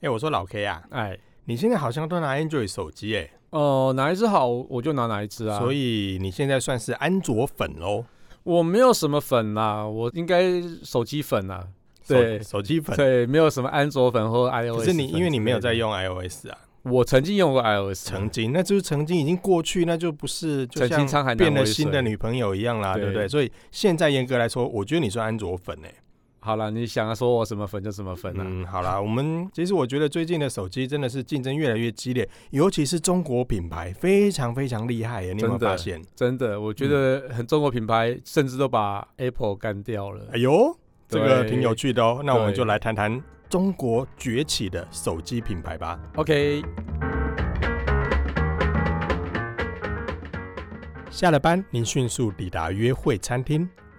哎、我说老 K 啊，哎，你现在好像都拿 Android 手机哎、哦，哪一只好我就拿哪一只啊。所以以你现在算是安卓粉喽，我没有什么粉啦、我应该手机粉啦、手对手机粉。对，没有什么安卓粉或 iOS 可粉之类的。嗯是你因为你没有在用 iOS 啊，我曾经用过 iOS，曾经那就是曾经已经过去，那就不是就曾经像沧海难变了为新水的女朋友一样啦，对不对对？所以现在严格来说，我觉得你算安卓粉哎、好了，你想要说我什么粉就什么粉啊。嗯，好啦，我们其实我觉得最近的手机真的是竞争越来越激烈，尤其是中国品牌非常非常厉害耶，你有没有真发的现？真的，我觉嗯得很中国品牌甚至都把 Apple 干掉了哎。呦，这个对挺有趣的哦。那我们对就来谈谈中国崛起的手机品牌吧。 OK，下了班，您迅速抵达约会餐厅，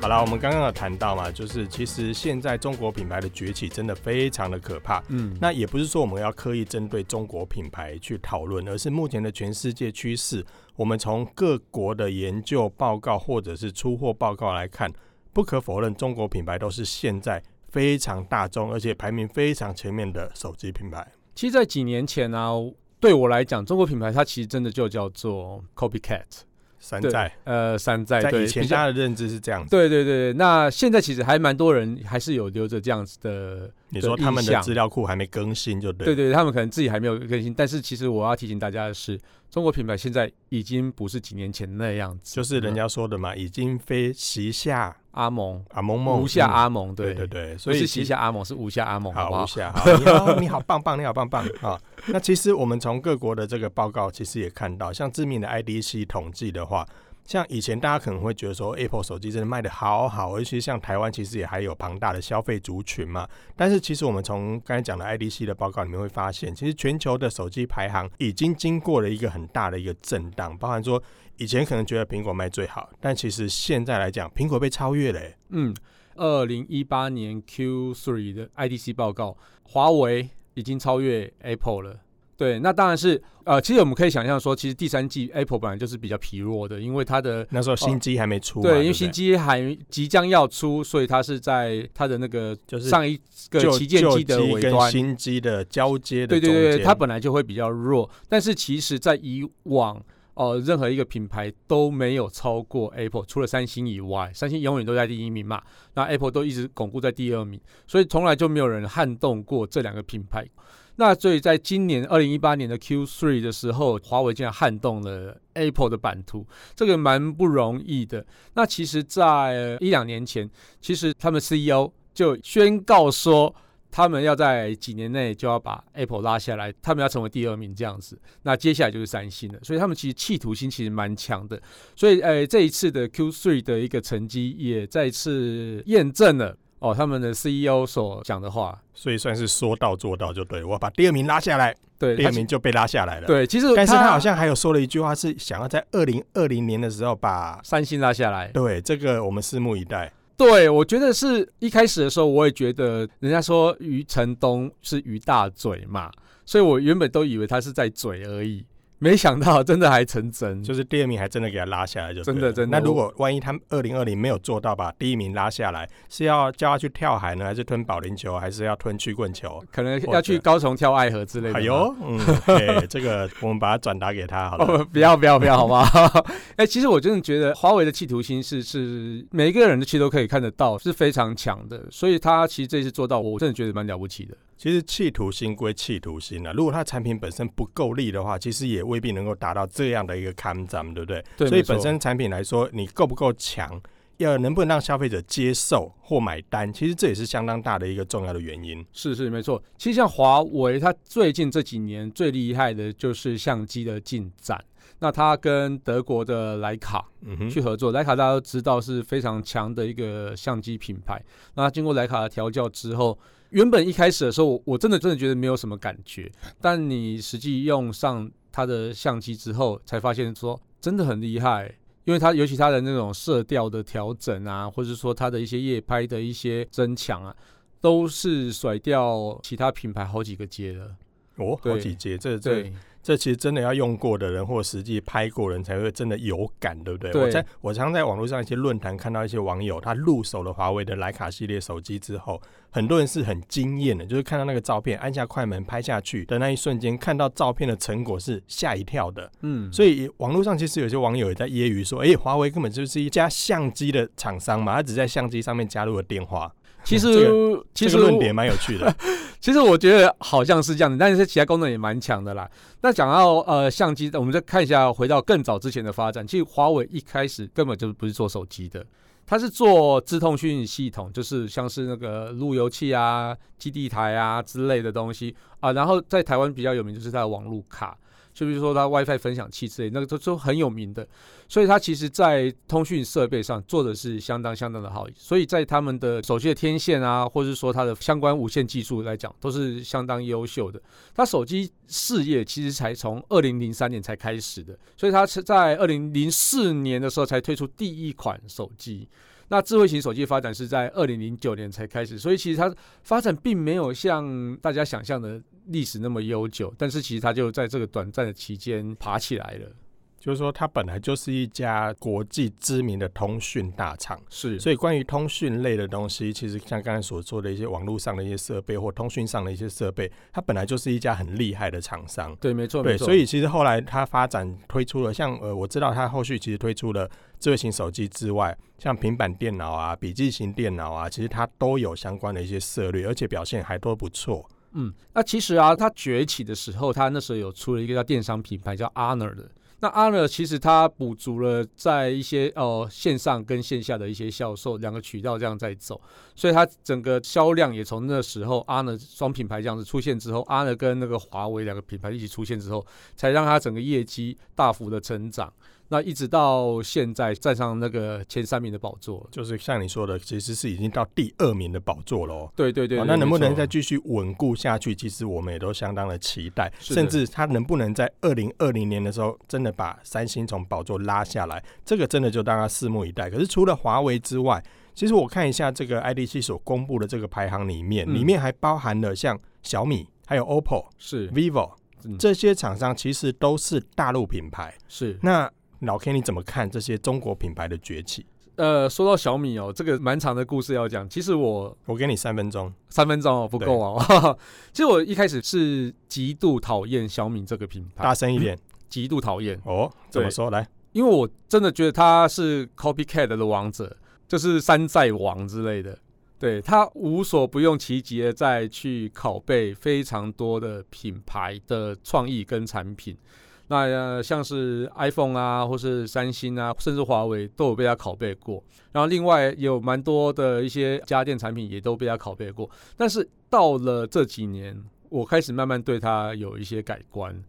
好了，我们刚刚有谈到嘛，就是其实现在中国品牌的崛起真的非常的可怕。嗯，那也不是说我们要刻意针对中国品牌去讨论，而是目前的全世界趋势，我们从各国的研究报告或者是出货报告来看，不可否认，中国品牌都是现在非常大众，而且排名非常前面的手机品牌。其实，在几年前呢、对我来讲，中国品牌它其实真的就叫做 copycat，山对寨呃，山寨。在对，以前比较大家的认知是这样子，对对对，那现在其实还蛮多人还是有留着这样子的，你说他们印的象资料库还没更新就对对了。对，他们可能自己还没有更新，但是其实我要提醒大家的是，中国品牌现在已经不是几年前那样子，就是人家说的嘛，已经非旗下阿蒙啊萌萌无下嗯阿蒙，对对对对，不所以是其旗实下阿蒙，是无下阿蒙，哦好不好，好吴？夏，好，你 好，你好棒棒，你好棒棒啊！那其实我们从各国的这个报告，其实也看到，像知名的 IDC 统计的话，像以前大家可能会觉得说 Apple 手机真的卖的好好，尤其像台湾其实也还有庞大的消费族群嘛。但是其实我们从刚才讲的 IDC 的报告里面会发现，其实全球的手机排行已经经过了一个很大的一个震荡，包含说以前可能觉得苹果卖最好，但其实现在来讲，苹果被超越了、欸。嗯，二零一八年 Q3 的 IDC 报告，华为已经超越 Apple 了。对，那当然是呃，其实我们可以想象说，其实第三季 Apple 本来就是比较疲弱的，因为它的那时候新机还没出嘛、哦对，因为不新机还即将要出，所以它是在它的那个就是上一个旧旗舰旧机的尾跟端，新机的交接的对中对间，对，它本来就会比较弱，但是其实在以往。呃，任何一个品牌都没有超过 Apple，除了三星以外，三星永远都在第一名嘛。那 Apple 都一直巩固在第二名，所以从来就没有人撼动过这两个品牌。那所以在今年二零一八年的 Q3 的时候，华为竟然撼动了 Apple 的版图，这个蛮不容易的。那其实，在一两年前，其实他们 CEO 就宣告说，他们要在几年内就要把 Apple 拉下来，他们要成为第二名这样子。那接下来就是三星了，所以他们其实企图心其实蛮强的。所以，呃，这一次的 Q3 的一个成绩也再次验证了哦，他们的 CEO 所讲的话。所以算是说到做到就对了。我把第二名拉下来，对，第二他名就被拉下来了。，对，其实但是他好像还有说了一句话，是想要在二零二零年的时候把三星拉下来。对这个我们拭目以待。对，我觉得是一开始的时候，我也觉得人家说于承东是于大嘴嘛，所以我原本都以为他是在嘴而已，没想到真的还成真。就是第二名还真的给他拉下来就对了，真的真的那如果万一他二零二零没有做到把第一名拉下来，是要叫他去跳海呢，还是吞保龄球，还是要吞曲棍球？可能或要者去高雄跳爱河之类的。哎，呦，嗯，对，这个我们把它转达给他 好了。 哦，不要不要不要，好不好？ 哎、其实我真的觉得华为的企图心是是每一个人的气都可以看得到，是非常强的，所以他其实这次做到，我真的觉得蛮了不起的。其实企图心归企图心啊，如果它产品本身不够力的话，其实也未必能够达到这样的一个看涨，对不对？对，所以没错本身产品来说，你够不够强，要能不能让消费者接受或买单，其实这也是相当大的一个重要的原因。是是没错。其实像华为，它最近这几年最厉害的就是相机的进展。那它跟德国的徕卡嗯哼去合作，徕卡大家都知道是非常强的一个相机品牌。那经过徕卡的调教之后，原本一开始的时候，我我真的真的觉得没有什么感觉，但你实际用上它的相机之后，才发现说，真的很厉害，因为它尤其它的那种色调的调整啊，或者说它的一些夜拍的一些增强啊，都是甩掉其他品牌好几个阶的。哦，好对几节，这这对，这其实真的要用过的人或实际拍过的人才会真的有感，对不对？对我在我常在网络上一些论坛看到一些网友，他入手了华为的徕卡系列手机之后，很多人是很惊艳的，就是看到那个照片，按下快门拍下去的那一瞬间，看到照片的成果是吓一跳的。嗯，所以网络上其实有些网友也在揶揄说：“哎、华为根本就是一家相机的厂商嘛，他只在相机上面加入了电话。其实、这其”实这个论我点蛮有趣的。 其实我觉得好像是这样子，但是其他功能也蛮强的啦。那讲到呃相机，我们再看一下，回到更早之前的发展。其实华为一开始根本就不是做手机的，它是做自通讯系统，就是像是那个路由器啊、基地台啊之类的东西啊。然后在台湾比较有名就是它的网路卡，就比如说它 WiFi 分享器之类，那个都都很有名的。所以它其实，在通讯设备上做的是相当相当的好，所以在他们的手机的天线啊，或者是说它的相关无线技术来讲，都是相当优秀的。它手机事业其实才从二零零三年才开始的，所以它是在二零零四年的时候才推出第一款手机。那智慧型手机发展是在二零零九年才开始，所以其实它发展并没有像大家想象的历史那么悠久，但是其实它就在这个短暂的期间爬起来了。就是说，它本来就是一家国际知名的通讯大厂，是所以关于通讯类的东西，其实像刚才所说的一些网络上的一些设备或通讯上的一些设备，它本来就是一家很厉害的厂商。对，没错，对，没错所以其实后来它发展推出了，像呃，我知道它后续其实推出了智慧型手机之外，像平板电脑啊、笔记型电脑啊，其实它都有相关的一些策略，而且表现还都不错。嗯，那其实啊，它崛起的时候，它那时候有出了一个叫电商品牌叫 Honor 的。那 Honor 其实它补足了在一些呃线上跟线下的一些销售两个渠道这样在走，所以它整个销量也从那时候 Honor 双品牌这样子出现之后，Honor 跟那个华为两个品牌一起出现之后，才让它整个业绩大幅的成长。那一直到现在站上那个前三名的宝座了。就是像你说的，其实是已经到第二名的宝座喽。对对对哦，那能不能在再继续稳固下去？其实我们也都相当的期待，是的甚至它能不能在二零二零年的时候真的把三星从宝座拉下来，这个真的就大家拭目以待。可是除了华为之外，其实我看一下这个 IDC 所公布的这个排行里面，嗯里面还包含了像小米、还有 OPPO、是 vivo 嗯这些厂商，其实都是大陆品牌。是那老 K 你怎么看这些中国品牌的崛起？呃，说到小米哦，这个蛮长的故事要讲。其实我我给你三分钟。三分钟哦不够哦。 其实我一开始是极度讨厌小米这个品牌大，声一点极度讨厌，哦！怎么对说？来，因为我真的觉得它是 copycat 的王者，就是山寨王之类的。对它无所不用其极的在去拷贝非常多的品牌的创意跟产品。那、呃、像是 iPhone 啊，或是三星啊，甚至华为都有被它拷贝过。然后另外也有蛮多的一些家电产品也都被它拷贝过。但是到了这几年，我开始慢慢对它有一些改观。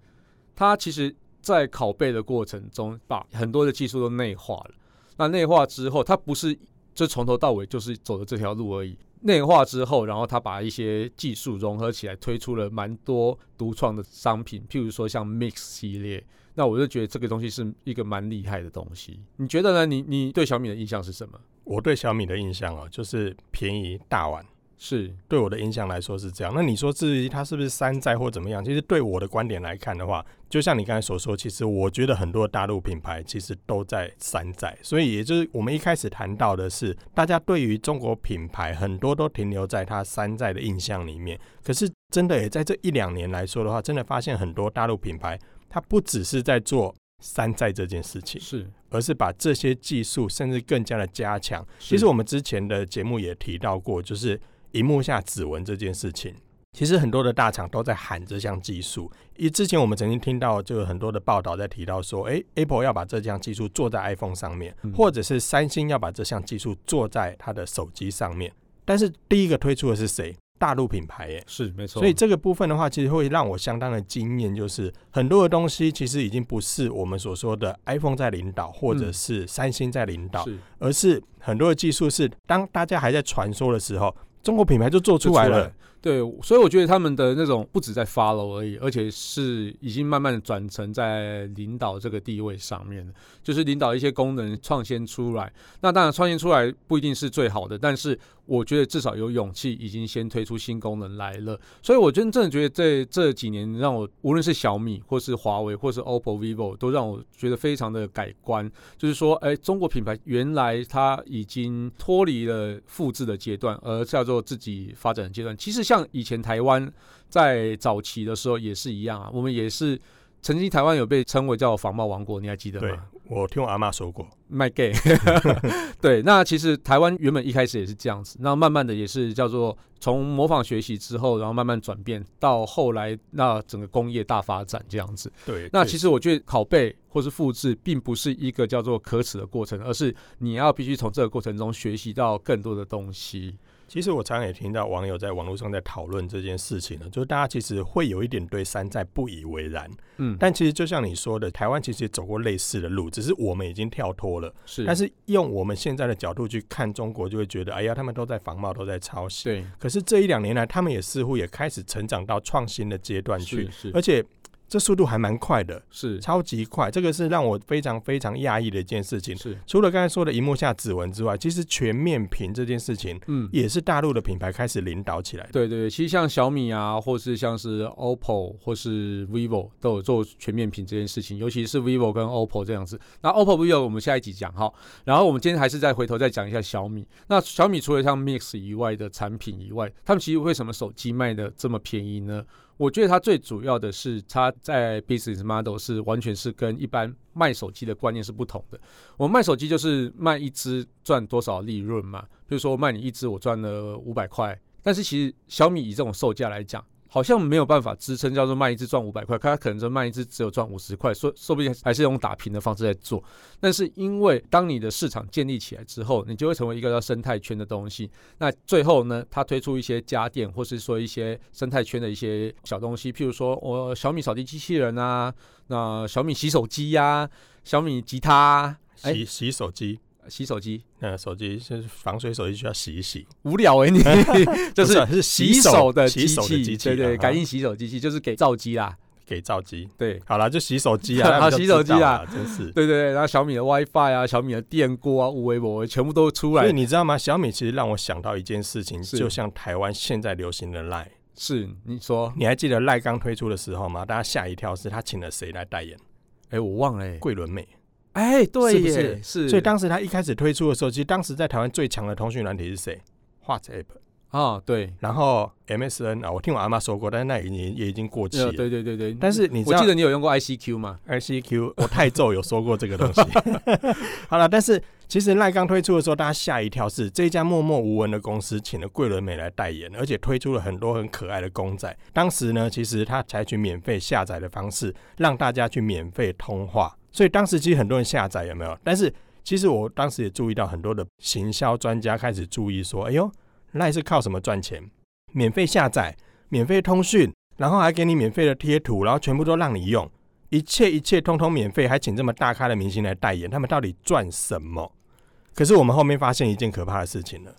它其实在拷贝的过程中，把很多的技术都内化了。那内化之后，它不是就从头到尾就是走的这条路而已。内化之后，然后它把一些技术融合起来，推出了蛮多独创的商品，譬如说像 Mix 系列。那我就觉得这个东西是一个蛮厉害的东西。你觉得呢？你你对小米的印象是什么？我对小米的印象哦，就是便宜大碗。是对我的印象来说是这样。那你说至于它是不是山寨或怎么样，其实对我的观点来看的话，就像你刚才所说，其实我觉得很多大陆品牌其实都在山寨。所以也就是我们一开始谈到的是，大家对于中国品牌很多都停留在它山寨的印象里面。可是真的也在这一两年来说的话，真的发现很多大陆品牌，它不只是在做山寨这件事情，是，而是把这些技术甚至更加的加强。其是实我们之前的节目也提到过，就是荧幕下指纹这件事情。其实很多的大厂都在喊这项技术。以之前我们曾经听到，就有很多的报道在提到说，诶 a p p l e 要把这项技术做在 iPhone 上面，嗯或者是三星要把这项技术做在它的手机上面。但是第一个推出的是谁？大陆品牌耶。是没错。所以这个部分的话，其实会让我相当的惊艳，就是很多的东西其实已经不是我们所说的 iPhone 在领导，或者嗯是三星在领导，是而是很多的技术是当大家还在传说的时候，中国品牌就做出来了。。对，所以我觉得他们的那种不止在 follow 而已，而且是已经慢慢的转成在领导这个地位上面了，就是领导一些功能创新出来。那当然，创新出来不一定是最好的，但是我觉得至少有勇气，已经先推出新功能来了。所以，我真正觉得这这几年让我，无论是小米或是华为或是 OPPO、vivo，都让我觉得非常的改观，就是说，哎，中国品牌原来它已经脱离了复制的阶段，而叫做自己发展的阶段。其实像以前台湾在早期的时候也是一样啊，我们也是曾经台湾有被称为叫仿冒王国，你还记得对吗？我听我阿妈说过，卖 gay，对，那其实台湾原本一开始也是这样子，那慢慢的也是叫做从模仿学习之后，然后慢慢转变到后来那整个工业大发展这样子。对，那对其实我觉得拷贝或是复制，并不是一个叫做可耻的过程，而是你要必须从这个过程中学习到更多的东西。其实我常常也听到网友在网络上在讨论这件事情呢，啊就是大家其实会有一点对山寨不以为然，嗯，但其实就像你说的，台湾其实也走过类似的路，只是我们已经跳脱了。是，但是用我们现在的角度去看中国，就会觉得哎呀，他们都在仿冒，都在抄袭。对，可是这一两年来，他们也似乎也开始成长到创新的阶段去是，是而且这速度还蛮快的，是超级快，这个是让我非常非常讶异的一件事情。是，除了刚才说的荧幕下指纹之外，其实全面屏这件事情嗯。也是大陆的品牌开始领导起来的。对对，对其实像小米啊，或是像是 OPPO 或是 vivo 都有做全面屏这件事情，尤其是 vivo 跟 OPPO 这样子。那 OPPO、vivo 我们下一集讲哈，然后我们今天还是再回头再讲一下小米。那小米除了像 Mix 以外的产品以外，他们其实为什么手机卖的这么便宜呢？我觉得它最主要的是，它在 business model 是完全是跟一般卖手机的观念是不同的。我们卖手机就是卖一只赚多少利润嘛，比如说卖你一只我赚了五百块，但是其实小米以这种售价来讲，好像没有办法支撑叫做卖一只赚五百块，它可能就卖一只只有赚五十块，说说不定还是用打平的方式在做。但是因为当你的市场建立起来之后，你就会成为一个叫生态圈的东西，那最后呢，它推出一些家电，或是说一些生态圈的一些小东西，譬如说我、小米扫地机器人啊，那小米洗手机呀、小米吉他啊、哎洗洗手机，洗手机。那手机是防水手机，需要洗一洗，无聊哎、你就不是是洗洗手的洗机手的机器，对对，啊感应洗手机器就是给皂机啦，给皂机。对好啦，就洗手 机啊，好那你就洗手机啊知道啦，真是。对对对，然后小米的 WiFi 啊，小米的电锅啊，无微博全部都出所来以，你知道吗？小米其实让我想到一件事情，是就像台湾现在流行的 Line，是你说，你还记得 Line 刚推出的时候吗？大家吓一跳，是他请了谁来代言？哎，我忘了哎，桂纶镁。哎，对是不耶，是是所以当时他一开始推出的时候，其实当时在台湾最强的通讯软体是谁？WhatsApp，啊，对，然后 MSN 啊，我听我阿妈说过，但是那已经也已经过期呃了。对对对对，但是你知我道记得你有用过 ICQ 嘛？ ICQ，我 泰宙有说过这个东西。 好了，但是其实赖刚推出的时候，大家吓一跳是，这一家默默无闻的公司请了桂纶镁来代言，而且推出了很多很可爱的公仔。当时呢，其实他采取免费下载的方式，让大家去免费通话，所以当时其实很多人下载有没有？但是其实我当时也注意到很多的行销专家开始注意说，哎呦，赖是靠什么赚钱？免费下载、免费通讯，然后还给你免费的贴图，然后全部都让你用。一切一切通通免费，还请这么大咖的明星来代言，他们到底赚什么？可是我们后面发现一件可怕的事情了，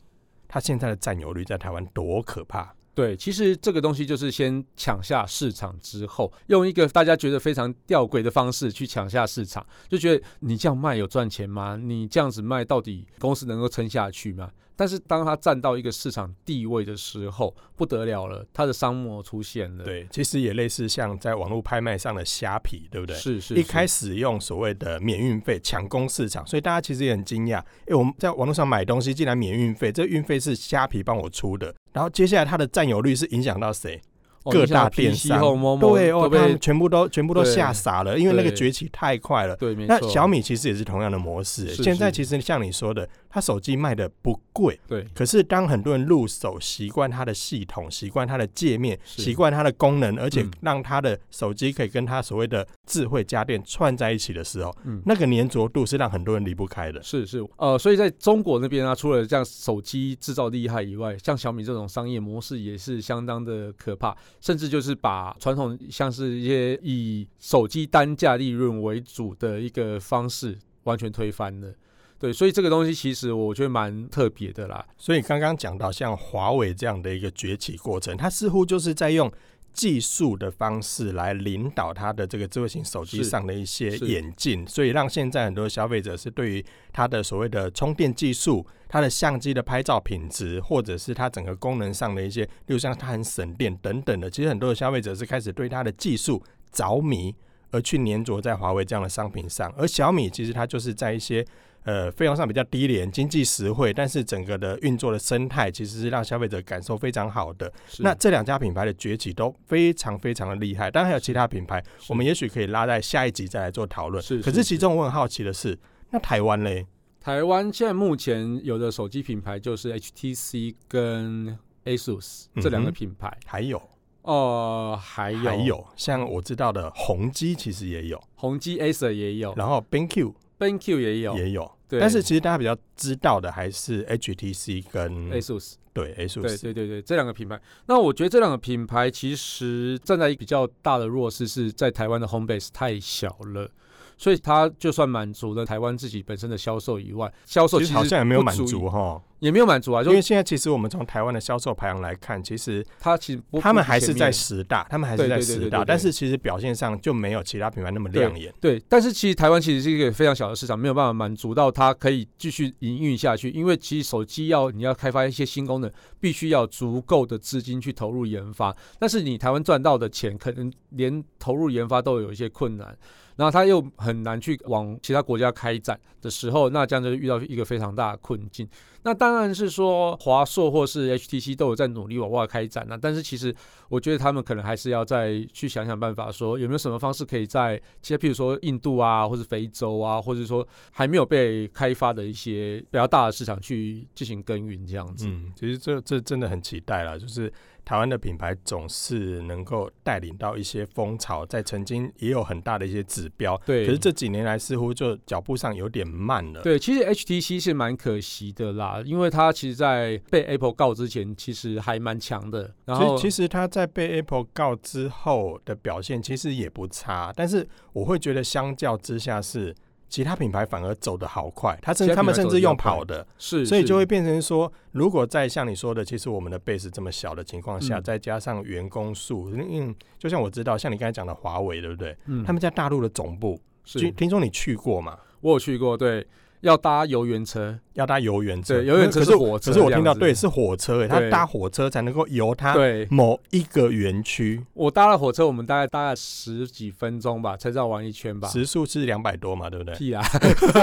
他现在的占有率在台湾多可怕！对，其实这个东西就是先抢下市场之后，用一个大家觉得非常吊诡的方式去抢下市场，就觉得你这样卖有赚钱吗？你这样子卖到底公司能够撑下去吗？但是当他站到一个市场地位的时候，不得了了，他的商模出现了，对，其实也类似像在网络拍卖上的虾皮，对不对？是是一开始始用所谓的免运费抢攻市场，所以大家其实也很惊讶，哎、我们在网络上买东西竟然免运费，这运费是虾皮帮我出的。然后接下来它的占有率是影响到谁？哦各大电商后某某对哦，都他们被全部都全部都对吓傻了，因为那个对崛起太快了。对没那错，小米其实也是同样的模式。是现在是其实像你说的，它手机卖的不贵，对可是当很多人入手习惯它的系统、习惯它的界面、是习惯它的功能，而且嗯让它的手机可以跟它所谓的智慧家电串在一起的时候，嗯那个粘着度是让很多人离不开的。是是，呃，所以在中国那边啊，除了这样手机制造厉害以外，像小米这种商业模式也是相当的可怕，甚至就是把传统像是一些以手机单价利润为主的一个方式完全推翻了。对，所以这个东西其实我觉得蛮特别的啦。所以刚刚讲到像华为这样的一个崛起过程，它似乎就是在用技术的方式来领导它的这个智慧型手机是上的一些是演进，所以让现在很多消费者是对于它的所谓的充电技术、它的相机的拍照品质，或者是它整个功能上的一些，例如像它很省电等等的，其实很多的消费者是开始对它的技术着迷。而去粘着在华为这样的商品上，而小米其实它就是在一些呃费用上比较低廉、经济实惠，但是整个的运作的生态其实是让消费者感受非常好的。是那这两家品牌的崛起都非常非常的厉害，当然还有其他品牌，是我们也许可以拉在下一集再来做讨论。是可是是其中我很好奇的是，那台湾嘞？台湾现在目前有的手机品牌就是 HTC 跟 ASUS 这两嗯个哼品牌。还有哦、还有还有，像我知道的宏基其实也有，宏基 Acer 也有然后 BenQ ，BenQ 也有，也有，对，但是其实大家比较知道的还是 HTC 跟 ASUS 对 ASUS 对对对对，这两个品牌。那我觉得这两个品牌其实站在比较大的弱势，是在台湾的 home base 太小了，所以它就算满足了台湾自己本身的销售以外，销售其实实好像也没有不满足以足，哈，也没有满足啊，因就为现在其实我们从台湾的销售排行来看，其实它其实不他们还不是前面在十大，他们还是对在对对十对大，对但是其实表现上就没有其他品牌那么亮眼。对，但是其实台湾其实是一个非常小的市场，没有办法满足到它可以继续营运下去，因为其实手机要你要开发一些新功能，必须要足够的资金去投入研发，但是你台湾赚到的钱可能连投入研发都有一些困难，然后它又很难去往其他国家开展的时候，那这样就遇到一个非常大的困境。那当然是说华硕或是 HTC 都有在努力往外开展那、啊但是其实我觉得他们可能还是要再去想想办法，说有没有什么方式可以在其实譬如说印度啊，或是非洲啊，或者说还没有被开发的一些比较大的市场去进行耕耘这样子。嗯，其实这这真的很期待啦，就是台湾的品牌总是能够带领到一些风潮，在曾经也有很大的一些指标，可对，是这几年来似乎就脚步上有点慢了。对，其实 HTC 是蛮可惜的啦，因为它其实，在被 Apple 告之前，其实还蛮强的。然其实后，其实实他在被 Apple 告之后的表现其实也不差，但是我会觉得相较之下是其他品牌反而走得好快，他甚其他品牌他们甚至用走得比较快跑的，是，所以是就会变成说，如果在像你说的，其实我们的 base 这么小的情况下，嗯再加上员工数，嗯，就像我知道，像你刚才讲的华为，对不对？嗯，他们在大陆的总部，是听听说你去过嘛？我有去过，对，要搭游园车，要搭游园车，对，游园车可是火车可这样子，是我听到，对，是火车，欸他对搭火车才能够游它对，某一个园区。我搭了火车，我们大概搭了十几分钟吧，才绕完一圈吧。时速是两百多嘛，对不对？屁啊！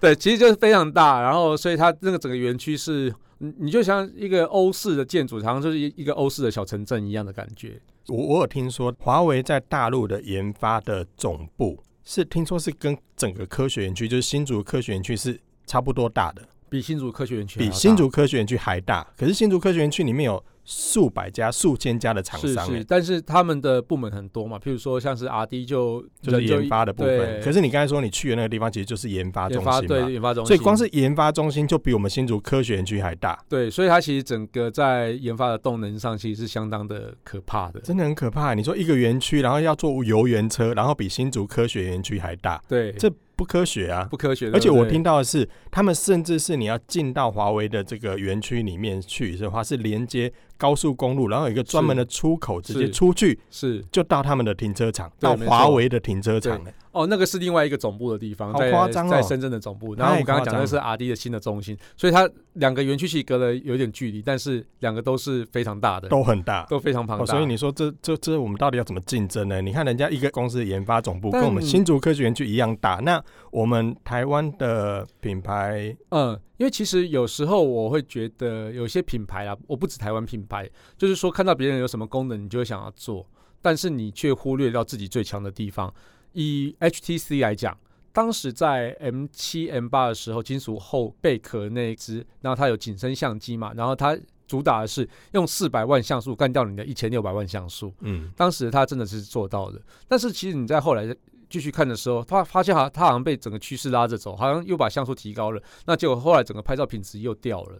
对，其实就是非常大，然后所以它那个整个园区是，你你就像一个欧式的建筑，好像就是一一个欧式的小城镇一样的感觉。我我有听说华为在大陆的研发的总部是听说是跟整个科学园区，就是新竹科学园区是差不多大的，比新竹科学园区还比要大新竹科学园区还大。可是新竹科学园区里面有数百家、数千家的厂是商、是，欸，但是他们的部门很多嘛，譬如说像是 R D 就就是人就研发的部分。对可是你刚才说你去的那个地方其实就是研发中研发心嘛对。研发中所心，以光是研发中心就比我们新竹科学园区还大，对，所以它其实整个在研发的动能上其实是相当的可怕的。真的很可怕欸、你说一个园区，然后要坐游园车，然后比新竹科学园区还大，对，这不科学啊！不科学。而且对不我对听到的是，他们甚至是你要进到华为的这个园区里面去的话，是连接高速公路，然后有一个专门的出口，直接是出去是就到他们的停车场，对到没错华为的停车场了。哦，那个是另外一个总部的地方，好在夸张哦在深圳的总部。然后我太们刚刚夸讲张的是 R D 的新的中心，所以它两个园区其实隔了有点距离，但是两个都是非常大的，都很大。都非常庞大。哦，所以你说这这这我们到底要怎么竞争呢？你看人家一个公司的研发总部但跟我们新竹科学园区一样大，那我们台湾的品牌嗯，因为其实有时候我会觉得有些品牌啊，我不止台湾品牌，就是说看到别人有什么功能，你就会想要做，但是你却忽略到自己最强的地方。以 HTC 来讲，当时在 M 七 M 八的时候，金属后贝壳那一只，然后它有景深相机嘛，然后它主打的是用四百万像素干掉你的一千六百万像素。嗯，当时他真的是做到了，但是其实你在后来继续看的时候，发发现好像他好像被整个趋势拉着走，好像又把像素提高了，那结果后来整个拍照品质又掉了。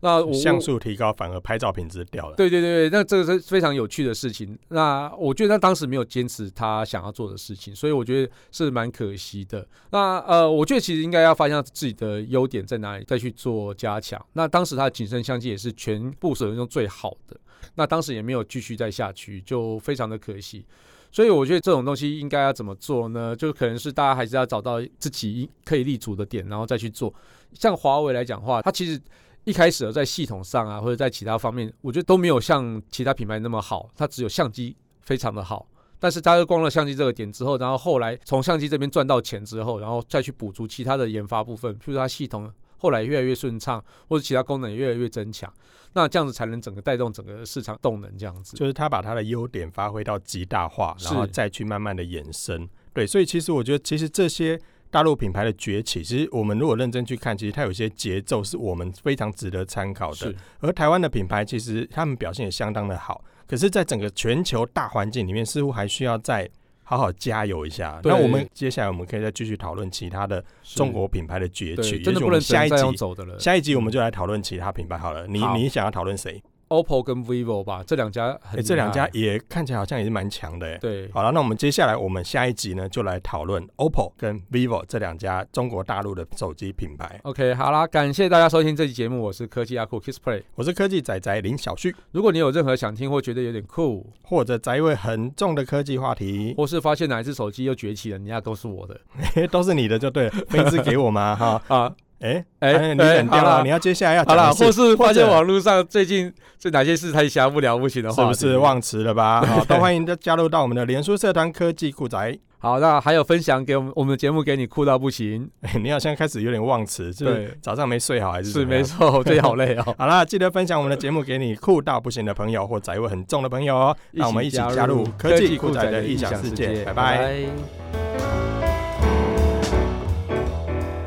那我像素提高反而拍照品质掉了。嗯对对对，对那这个是非常有趣的事情。那我觉得他当时没有坚持他想要做的事情，所以我觉得是蛮可惜的。那呃，我觉得其实应该要发现自己的优点在哪里，再去做加强。那当时他的景深相机也是全部使用中最好的，那当时也没有继续再下去，就非常的可惜。所以我觉得这种东西应该要怎么做呢？就可能是大家还是要找到自己可以立足的点，然后再去做。像华为来讲的话，它其实一开始在系统上啊，或者在其他方面，我觉得都没有像其他品牌那么好，它只有相机非常的好。但是它光了相机这个点之后，然后后来从相机这边赚到钱之后，然后再去补足其他的研发部分，譬如它系统后来越来越顺畅，或者其他功能也越来越增强，那这样子才能整个带动整个市场动能这样子。就是他把他的优点发挥到极大化，是然后再去慢慢的延伸。对，所以其实我觉得，其实这些大陆品牌的崛起，其实我们如果认真去看，其实它有一些节奏是我们非常值得参考的是。而台湾的品牌其实他们表现也相当的好，可是，在整个全球大环境里面，似乎还需要再好好加油一下。对那我们接下来我们可以再继续讨论其他的中国品牌的崛对起，也真的许不我能们只能下一再用集。走的了。下一集我们就来讨论其他品牌好了。你好你想要讨论谁？ OPPO 跟 vivo 吧，这两家很哎、厉害、这两家也看起来好像也是蛮强的哎、对好了，那我们接下来我们下一集呢，就来讨论 OPPO 跟 vivo 这两家中国大陆的手机品牌。 OK，好啦，感谢大家收听这期节目，我是科技阿酷 Kissplay。我是科技仔仔林小旭，如果你有任何想听或觉得有点酷，或者宅一位很重的科技话题，或是发现哪一只手机又崛起了，你要告诉我的都是你的就对了，分一次给我吗？哈， 啊。哎、哎、哎你冷掉好了，啦你要接下来要好讲啦，的是或是发现或者网络上最近这哪些事太瞎不了不行的是话，不是？忘词了 吧？好，都欢迎大家加入到我们的脸书社团科技酷宅。好，那还有分享给我们我们的节目给你酷到不行，哎你好像开始有点忘词，是不是对早上没睡好还是是怎么样。没。错，最好累哦好啦，记得分享我们的节目给你酷到不行的朋友或宅味很重的朋友哦。 那我们一起加入科技酷宅的异想世界，拜拜。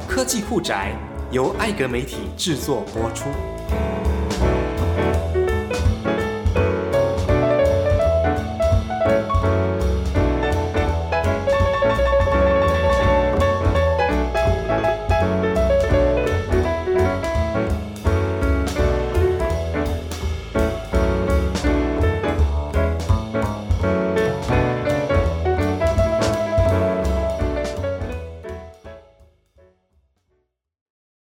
科技酷宅由艾格媒体制作播出。